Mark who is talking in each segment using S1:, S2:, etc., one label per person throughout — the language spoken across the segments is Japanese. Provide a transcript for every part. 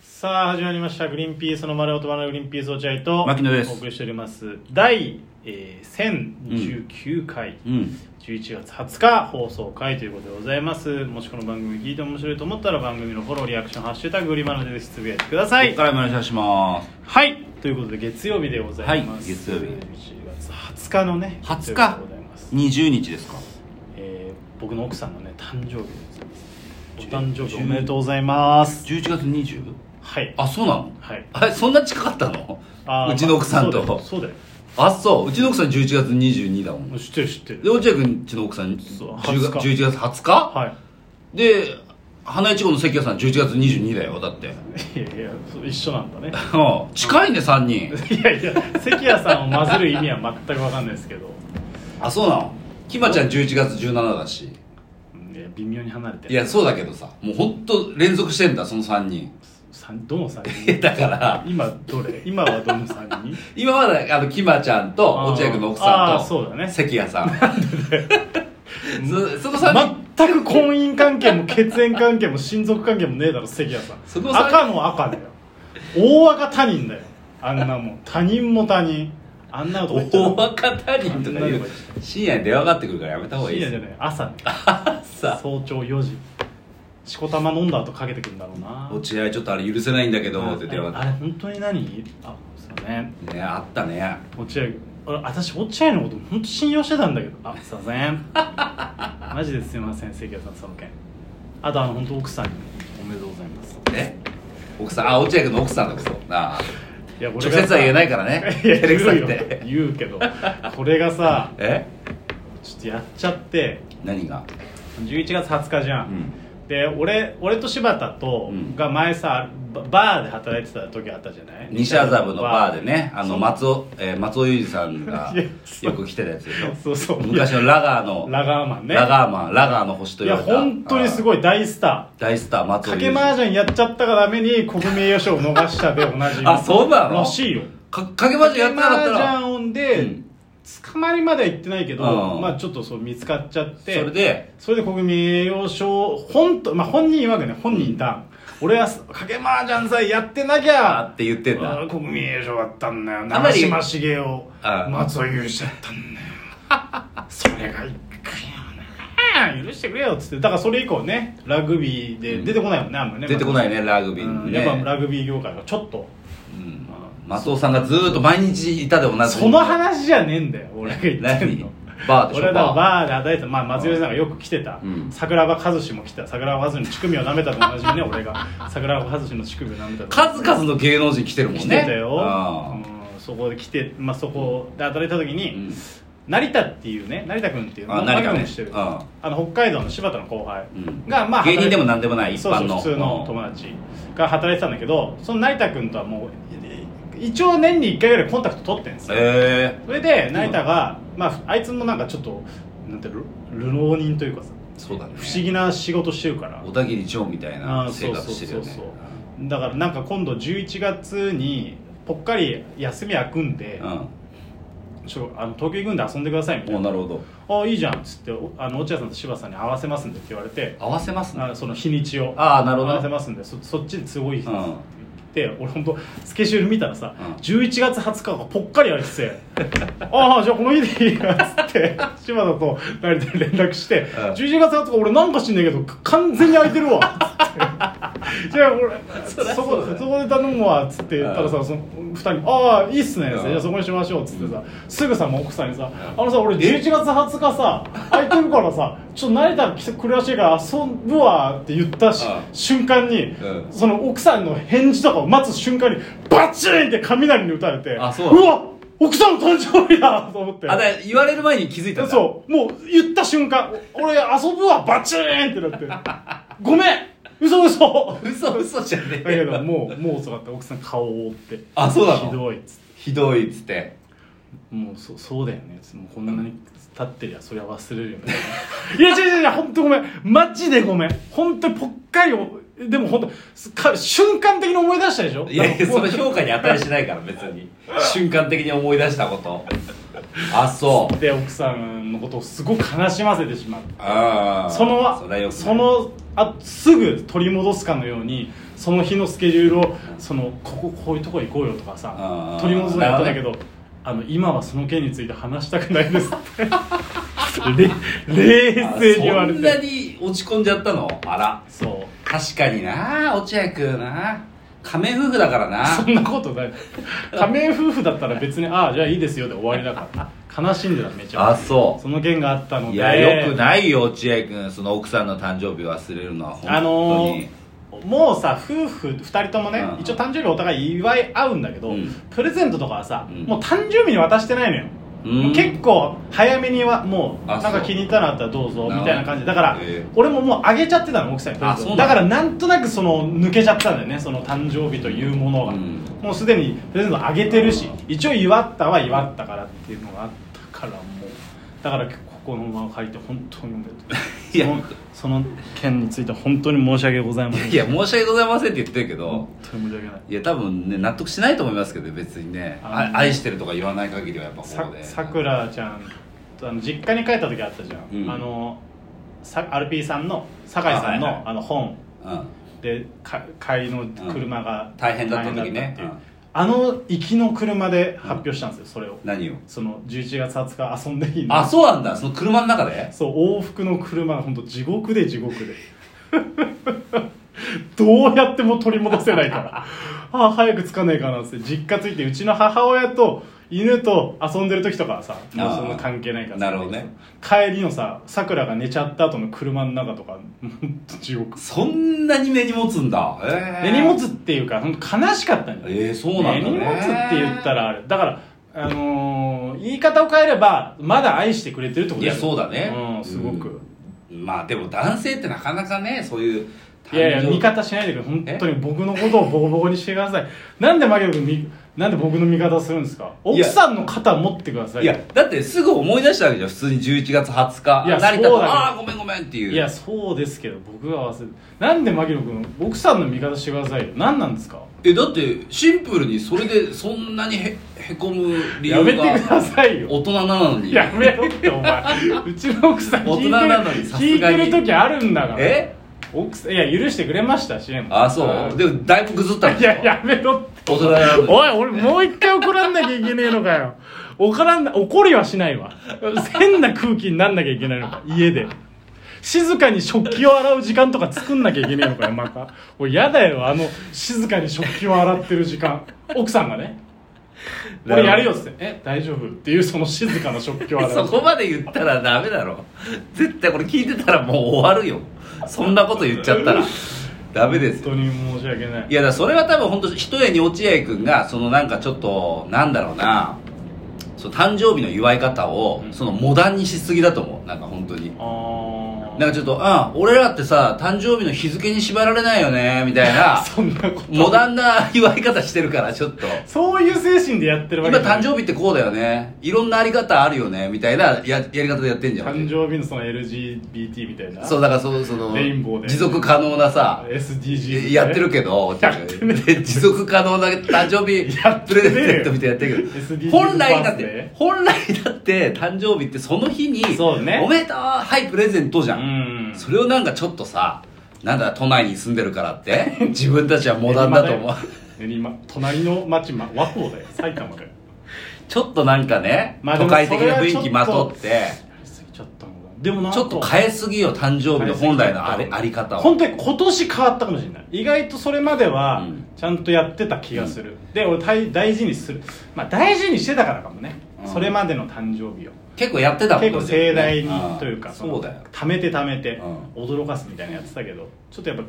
S1: さあ始まりました「グリーンピースの丸尾と丸のグリーンピース落合」と
S2: 牧野です
S1: お送りしております第、えー、1029回、
S2: うん
S1: 11月20日放送回ということでございますもしこの番組聞いて面白いと思ったら番組のフォローリアクション「ハッシュタググリバナ」でぜひつぶやいてくださ
S2: はいいからもお願いします
S1: はいということで月曜日でございます、
S2: はい月曜日
S1: 11月20日のね
S2: 20
S1: 月曜日で
S2: 日
S1: ございます、
S2: 20日ですか
S1: えー僕の奥さんのね誕生日でございますお誕生日おめでとうございます
S2: 11月 20?
S1: はい
S2: あそうなの
S1: はい
S2: あれそんな近かったの
S1: あー
S2: うちの奥さんと、
S1: まあそうだよ
S2: あそううちの奥さん11月22だも
S1: そうんだよ知ってる知って
S2: で
S1: る
S2: 落合君ちの奥さん
S1: そう
S2: 10月
S1: 20
S2: 11月20日
S1: は
S2: で花いちごの関谷さん11月22だよだって
S1: いいやいやそう一緒なんだね
S2: うん近いね3人
S1: いやいや関谷さんを混ぜる意味は全く分かんないですけど
S2: あそうなのきまちゃん11月17だし
S1: うんいや微妙に離れてる
S2: いやそうだけどさもう本当連続してんだその3人
S1: さんどの3
S2: え
S1: 人
S2: だから
S1: 今どれ今はどの3人
S2: 今まであのキマちゃんと
S1: あー
S2: 落合君の奥
S1: あ
S2: さ
S1: ー
S2: ん
S1: そうだ
S2: と、
S1: ね
S2: 関谷さんそその3人、
S1: 全く婚姻関係も血縁関係も親族関係もねえだろ関谷さ
S2: そこ
S1: ん
S2: さ
S1: 赤も赤だよ大赤他人だよあんなもん他人も他人あんなこと言っちゃ
S2: 大若他人とか
S1: あん
S2: 言
S1: な
S2: う
S1: のが
S2: 深夜に電話がかってくるからやめた方がい
S1: 深
S2: いで
S1: 夜じ
S2: す
S1: ゃな
S2: よ
S1: い朝ね
S2: さ
S1: 早朝4時しこたま飲んだ後かけてくるんだろうな
S2: 落合ちょっとあれ許せないんだけどって電
S1: ああ
S2: 話
S1: れ本当に何あそうですよね
S2: ねあったね
S1: 落合あ私落合のこと本当信用してたんだけどあすいませ んマジですいません関谷さんその件あとあの本当奥さんにもおめでとうございます
S2: ね奥さんあ落合君の奥さんだけどなあ
S1: いや
S2: 直接は言えないからね
S1: いや
S2: 照れくさく
S1: 言うよ
S2: て
S1: 言うけどこれがさ
S2: え
S1: ちょっとやっちゃって
S2: 何が
S1: 11月20日じゃん、
S2: うん
S1: で俺俺と柴田と
S2: うん
S1: が前さババーで働いてた時あったじゃない
S2: 西麻布のバーでねあ
S1: そ
S2: の
S1: う
S2: 松尾、えー松尾裕二さんが
S1: いやそう
S2: よく来てたやつでしょ
S1: そうそう
S2: 昔のラガーの
S1: ラガーマンね
S2: ラガーマンラガーの星と
S1: い
S2: 言
S1: や
S2: われた
S1: 本当にす
S2: い
S1: ごい大スタ
S2: 大スター
S1: ー
S2: 松尾
S1: 賭
S2: 裕
S1: け麻
S2: 二
S1: 雀やっちゃったがために国民栄誉賞を逃した でおなじみ
S2: あそうなの
S1: らしいよ
S2: かかけ麻雀やってなかった
S1: 賭け麻
S2: ら
S1: 雀音で、
S2: うん
S1: 捕まりまでは行ってないけど、
S2: うん
S1: まあちょっとそう見つかっちゃっ
S2: そ
S1: て
S2: れで
S1: それで国民栄養賞本と、まあ、本人曰くね本人だ、俺は賭け麻雀さえやってなき
S2: あー
S1: ゃ
S2: って言ってん
S1: あ
S2: だ
S1: ー国民栄養賞だったんだよ
S2: あま
S1: 長
S2: り
S1: 嶋茂雄
S2: あー
S1: 松尾優秀だったんだよそれが一回よな許してくれよっつってだからそれ以降ねラグビーで出てこないもんね、あんまね
S2: 出てこないねラグビ
S1: う
S2: ー
S1: ん
S2: に
S1: や
S2: ね
S1: っぱラグビー業界がちょっと、
S2: うん
S1: まあ
S2: 松尾さんがずーっと毎日いたで同じ
S1: その話じゃねえんだよ俺が言ってん
S2: 何
S1: の
S2: バーでし
S1: 俺は
S2: ょ
S1: だから
S2: バー
S1: バーで働いてた、まあ、松井さんがよく来てた、
S2: うん
S1: 桜庭和志も来てた桜庭和志の乳首を舐めたと同じみね俺が桜庭和志の乳首を舐めたと
S2: 数々の芸能人来てるもんね
S1: 来てたよ、
S2: あー
S1: うんそこで来て、まあ、そこで働いた時に、
S2: うん
S1: 成田っていうね成田君っていう
S2: あ成田ね
S1: 君してる
S2: うん
S1: あの北海道の柴田の後輩
S2: うん
S1: が、まあ
S2: 芸人でも
S1: な
S2: 何でもない一
S1: そうそ
S2: 般
S1: う
S2: の
S1: 普通の友達が働いてたんだけどその成田君とはもう一応年に1回ぐらいコンタクト取ってんですよ、
S2: ええ
S1: それで成田が、まあ、あいつもなんかちょっとなんていうの流浪人というかさ
S2: そうだね
S1: 不思議な仕事してるから
S2: 小田切長みたい
S1: あ
S2: な
S1: ー
S2: 生活してるよね
S1: そうそうそうそうだからなんか今度11月にぽっかり休み空くんで、ちょあの東京行くんで遊んでくださいみ
S2: う
S1: た
S2: んお
S1: いな
S2: なるほど
S1: 「あいいじゃん」っつっておあの落合さんと柴田さんに合わせますんでって言われて
S2: 合わせますね
S1: あその日にちを
S2: ああなるほ
S1: 合
S2: ど
S1: わせ
S2: ね
S1: ますんでそそっちですごい日です
S2: うん
S1: って言って、俺本当スケジュール見たらさ、
S2: うん
S1: 11月20日がぽっかりありて てああじゃあこの日でいいやっつって柴田と成田に連絡して、11月20日俺なんか知んねえけど完全に空いてるわっ つってじゃあ俺そ
S2: りゃ
S1: こ
S2: そうだよ
S1: そこで頼むわっつって言ったらさ、
S2: う
S1: その2人「ああいいっすね」
S2: うん
S1: じゃあそこにしましょう」っつってさ、すぐさもう奥さんにさ「あのさ俺11月20日さ空いてるからさちょっと成田来てくるらしいから遊ぶわ」って言ったし
S2: うん
S1: 瞬間に、
S2: うん
S1: その奥さんの返事とかを待つ瞬間にバチーンって雷に打たれて
S2: あそう
S1: わ奥さんの誕生日だと思って
S2: あだから言われる前に気づいたんだ
S1: そうもう言った瞬間お俺遊ぶわバチーン ってなってごめん嘘嘘
S2: 嘘嘘じゃね
S1: だ
S2: え
S1: けど
S2: よ
S1: もうもう遅かった奥さん顔を覆って
S2: あそうなの
S1: ひどいっつって
S2: ひどいっつって
S1: もうそそうだよねもうこんなに立ってりゃそりゃ忘れるよねいや違う違う違う本当ごめんマジでごめん本当にぽっかりをでも本当か瞬間的に思い出したでしょ
S2: いやいや
S1: だか
S2: そ
S1: ら
S2: の評価に値しないから別に瞬間的に思い出したことあそう
S1: で奥さんのことをすごく悲しませてしまう
S2: ああ
S1: その
S2: れはよくない
S1: そのあすぐ取り戻すかのようにその日のスケジュールをそのこここういうとこ行こうよとか
S2: あ
S1: さ
S2: ー
S1: 取り戻すのやったんだけどあの今はその件について話したくないですって れ冷静に言われ
S2: そんな
S1: て
S2: に落ち込んじゃったのあら
S1: そう
S2: 確かにな落合君な仮面夫婦だからな
S1: そんなことない仮面夫婦だったら別にああじゃあいいですよで終わりだから悲しんでためちゃ
S2: あ
S1: くちゃ
S2: そ
S1: その件があったの
S2: う
S1: で
S2: いやよくないよ落合君その奥さんの誕生日忘れるのは本当に、
S1: あのーもうさ夫婦2人ともね、
S2: うん
S1: 一応誕生日お互い祝い合うんだけど、
S2: うん
S1: プレゼントとかはさ、
S2: うん
S1: もう誕生日に渡してないのよ、
S2: うん
S1: もう結構早めにはもう
S2: あ
S1: なんか
S2: そう
S1: 気に入ったのあったらどうぞみ
S2: なるほど
S1: たいな感じでだから、
S2: ええ
S1: 俺ももうあげちゃってたの奥さんにプレゼン
S2: あ
S1: ト
S2: そうな
S1: だ
S2: ん
S1: か
S2: だ
S1: らなんとなくその抜けちゃったんだよねその誕生日というものが、
S2: うん
S1: もうすでにプレゼントあげてるし
S2: あー
S1: 一応祝ったは祝ったからっていうのがあったからもうだからここのまま借りて本当におめでとう
S2: いや
S1: そのその件について本当に申し訳ございません
S2: いや申し訳ございませんって言ってるけど、
S1: 本当に申し訳ない
S2: いや多分ね納得しないと思いますけど別にね
S1: あ
S2: あ
S1: の
S2: 愛してるとか言わない限りはやっぱこ
S1: さ
S2: こで
S1: さくらちゃんとあの実家に帰った時あったじゃん、
S2: うん
S1: あのさ RP さんの酒井さんの
S2: あ
S1: あ,、
S2: はいはい
S1: の本
S2: うん
S1: でか帰りの車が、
S2: 大変だった時
S1: 大変だっ
S2: ね
S1: ていうあの行きの車で発表したんですよ、それを
S2: うん何を
S1: その11月20日遊んでいいの
S2: あそうなんだその車の中で
S1: そう往復の車が本当地獄で地獄で どうやっても取り戻せないから ああ早くつかねえかなっつって実家着いてうちの母親と犬と遊んでる時とかはさもうそんな関係ないからさ
S2: なるほどね
S1: 帰りのささくらが寝ちゃった後の車の中とか本当地獄
S2: そんなに根に持つんだえ
S1: 根に持つっていうか本当悲しかったんだよ
S2: えー、そうなんだ、ね、
S1: 根に持つって言ったらあれだからあのー言い方を変えればまだ愛してくれてるってこと
S2: い
S1: だ
S2: や
S1: よ
S2: そうだね
S1: うんすごく、
S2: うんまあでも男性ってなかなかねそういう
S1: いやいや
S2: 誕生日
S1: 味方しないでくれ本当に僕のことをボコボコにしてください なんでマギロ君みなんで僕の味方するんですか
S2: い
S1: 奥
S2: や
S1: さんの肩持ってください
S2: いやだってすぐ思い出したわけじゃん普通に11月20日
S1: いや
S2: 成田
S1: そうだけ
S2: と
S1: ど
S2: ああごめんごめんっていう
S1: いやそうですけど僕が合わせるなんでマギロ君奥さんの味方してくださいよ何なんですか
S2: えだってシンプルにそれでそんなにへへこむ理
S1: や
S2: 由
S1: め
S2: が
S1: てくださいよ
S2: 大人なのに
S1: やめろってお 前うちの奥さん聞いてる
S2: 大人なのにさ
S1: 聞
S2: す
S1: い
S2: が
S1: て
S2: に
S1: る時あるんだから
S2: え
S1: 奥さんいや許してくれましたしね
S2: あそう、でもだいぶぐずったん
S1: い
S2: でしょ
S1: ややめろって
S2: 大人なのに
S1: おい俺もう一回怒らんなきゃいけねえのかよ怒らんな怒りはしないわ変な空気になんなきゃいけないのか家で静かに食器を洗う時間とか作んなきゃいけねえのかよまた俺やだよあの静かに食器を洗ってる時間奥さんがね俺やるよっつって「え大丈夫?」っていうその静かな食器を洗う
S2: そこまで言ったらダメだろ絶対これ聞いてたらもう終わるよそんなこと言っちゃったらダメですよ
S1: 本当に申し訳ない
S2: いやだからそれは多分本当一重に落合君がそのなんかちょっとなんだろうなその誕生日の祝い方を
S1: うん
S2: そのモダンにしすぎだと思うなんか本当に
S1: あー
S2: なんかちょっとあ俺らってさ誕生日の日付に縛られないよねみたいな
S1: そんなこと
S2: モダンな祝い方してるからちょっと
S1: そういう精神でやってるわ
S2: 今
S1: けじゃない
S2: 誕生日ってこうだよねいろんなあり方あるよねみたいなややり方でやってんじゃん
S1: 誕生日のその LGBT みたいな
S2: そうだからそのその
S1: レインボーで
S2: 持続可能なさ
S1: SDGs ね
S2: やってるけど
S1: やってね
S2: で持続可能な誕生日
S1: やって
S2: プ
S1: ねえよ
S2: レゼントみたいなやってるけ
S1: SDGs
S2: ど本来だっ
S1: バースデ
S2: て本来だって誕生日ってその日に
S1: そうね
S2: おめでとうはいプレゼントじゃ、
S1: うんん
S2: それをなんかちょっとさなんだ都内に住んでるからって 自分たちはモダンだと思う
S1: 練馬隣の町、ま、和光だよ埼玉だよ
S2: ちょっとなんかね、
S1: まあで
S2: 都
S1: も
S2: 会的な
S1: それはちょ
S2: 雰
S1: っ
S2: 囲
S1: と
S2: 気まとって
S1: やりすぎちゃったのだでもなん
S2: ちょっと変えすぎよ誕生日の本来のあれあり方を
S1: 本当に今年変わったかもしれない意外とそれまでは
S2: うん
S1: ちゃんとやってた気がする、で俺大大事にするまあ大事にしてたからかもね、
S2: うん
S1: それまでの誕生日を
S2: 結構やってたもんね
S1: 結構盛大にというか
S2: ん
S1: その
S2: そうだよ
S1: 貯めて貯めて驚かすみたいなのやってたけどちょっとやっぱ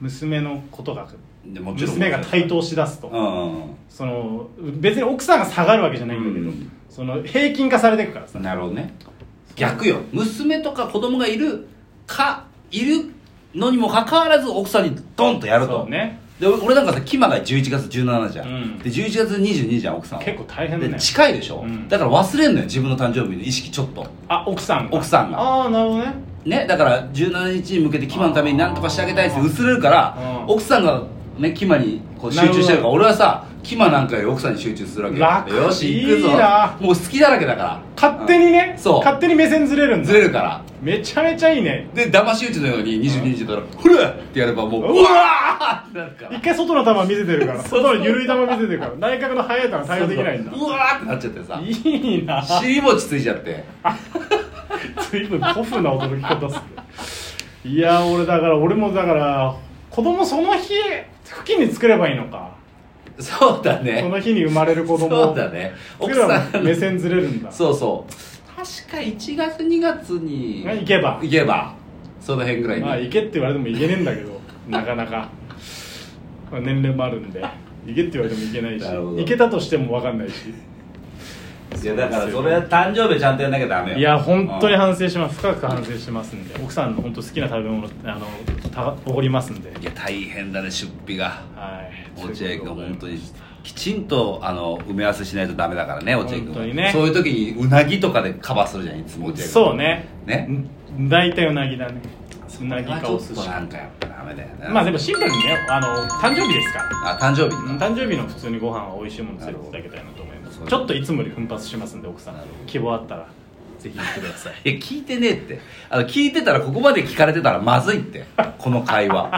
S1: 娘のことが
S2: でもちろん
S1: 娘が台頭しだすと、
S2: うん
S1: その別に奥さんが下がるわけじゃないんだけど、
S2: うん
S1: その平均化されていくからさ
S2: なるほどね逆よ娘とか子供がいるかいるのにもかかわらず奥さんにドンとやると
S1: そうね
S2: で俺俺なんかさキマが11月17じゃん、
S1: うん
S2: で11月22じゃん奥さんは
S1: 結構大変だ
S2: で
S1: ね
S2: 近いでしょ、
S1: うん
S2: だから忘れんのよ自分の誕生日の意識ちょっと
S1: あ奥さんが
S2: 奥さんが
S1: ああなるほどね
S2: ねだから17日に向けてキマのために何とかしてあげたいって薄れるから、
S1: うん
S2: 奥さんがねキマにこう集中してるから
S1: なるほど
S2: 俺はさキマなんかより奥さんに集中するわけよ
S1: 楽
S2: よし行くぞ
S1: いいな
S2: もう好きだらけだから
S1: 勝手にね
S2: そう
S1: 勝手に目線ずれるん
S2: ず
S1: だ
S2: れるから
S1: めちゃめちゃいいね
S2: で騙し討ちのように22日だったら「フル!」ってやればもう
S1: う
S2: うわーってなるから
S1: 一回外の球見せてるから
S2: そう
S1: 外の緩い球見せてるから内角の速い球対応できないんだ
S2: そうそううわーってなっちゃってさ
S1: いいな
S2: 尻餅ついちゃって
S1: 随分古風な驚き方っすねいや俺だから俺もだから子供その日付近に作ればいいのか
S2: そうだ
S1: そ
S2: ね
S1: の日に生まれる子供
S2: そうだね
S1: 作
S2: 奥
S1: れ
S2: さ
S1: ば
S2: ん
S1: 目線ずれるんだ
S2: そうそう確か1月2月に
S1: 行けば
S2: 行けばその辺ぐらいに、
S1: まあ行けって言われても行けねえんだけど なかなか、まあ、年齢もあるんで行けって言われても行けないし
S2: なるほど
S1: 行けたとしても分かんないし
S2: いやだからそれは誕生日ちゃんとやんなきゃダメよ
S1: いや本当に
S2: うん
S1: 反省します深く反省してますんで奥さんの本当好きな食べ物あのたおごりますんで
S2: いや大変だね出費が
S1: はい
S2: 落合君本当
S1: に
S2: にきちんとあの埋め合わせしないとダメだからね落合君は
S1: 本当にね
S2: そういう時にうなぎとかでカバーするじゃんいつも落合君
S1: そうね
S2: ね
S1: ん大体うなぎだねうなぎ
S2: まあ
S1: か
S2: ちょ
S1: お
S2: っ
S1: 寿
S2: と
S1: 司
S2: なんかやっぱダメだよね
S1: まあでもシンプルにねあの誕生日ですから
S2: あ誕生日
S1: うん誕生日の普通にご飯は美味しいもの連れていただきたいなと思います
S2: なるほど
S1: ちょっといつもより奮発しますんで奥さん
S2: なるほど
S1: 希望あったらぜひ言ってください
S2: え聞いてねえってあの聞いてたらここまで聞かれてたらまずいってこの 会話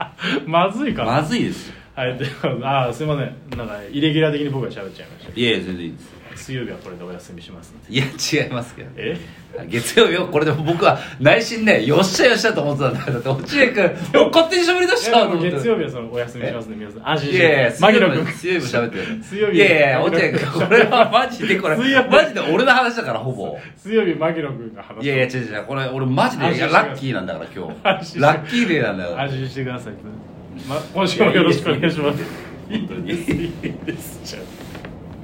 S1: まずいかな、
S2: まずいですよ
S1: はいではあーすいませんなんかイレギュラー的に僕が喋っちゃいました
S2: いやいや全然いいです
S1: 水曜日はこれでお休みしますんで
S2: いや違いますけど
S1: え
S2: 月曜日はこれでも僕は内心ねよっしゃよっしゃと思ってたんだよだって落合君もう勝手に喋り出し
S1: いやで
S2: た
S1: も
S2: と思って
S1: 月曜日はそのお休みしますんで皆さん安心し
S2: い
S1: て
S2: やいや
S1: 牧野君
S2: 水曜日も喋ってる
S1: 水曜日
S2: いやいや落合君これはマジでこれ
S1: 水曜日
S2: マジで俺の話だからほぼ
S1: 水曜日牧野君が話す
S2: いやいや違う違うこれ俺マジで
S1: 安心
S2: い
S1: して
S2: や
S1: ください
S2: ラッキーなんだから今
S1: 安心して
S2: 日ラッキーデーなんだから
S1: 安心してください、ま、今週もよろしくお願いします
S2: いやいいです
S1: いいですじゃあ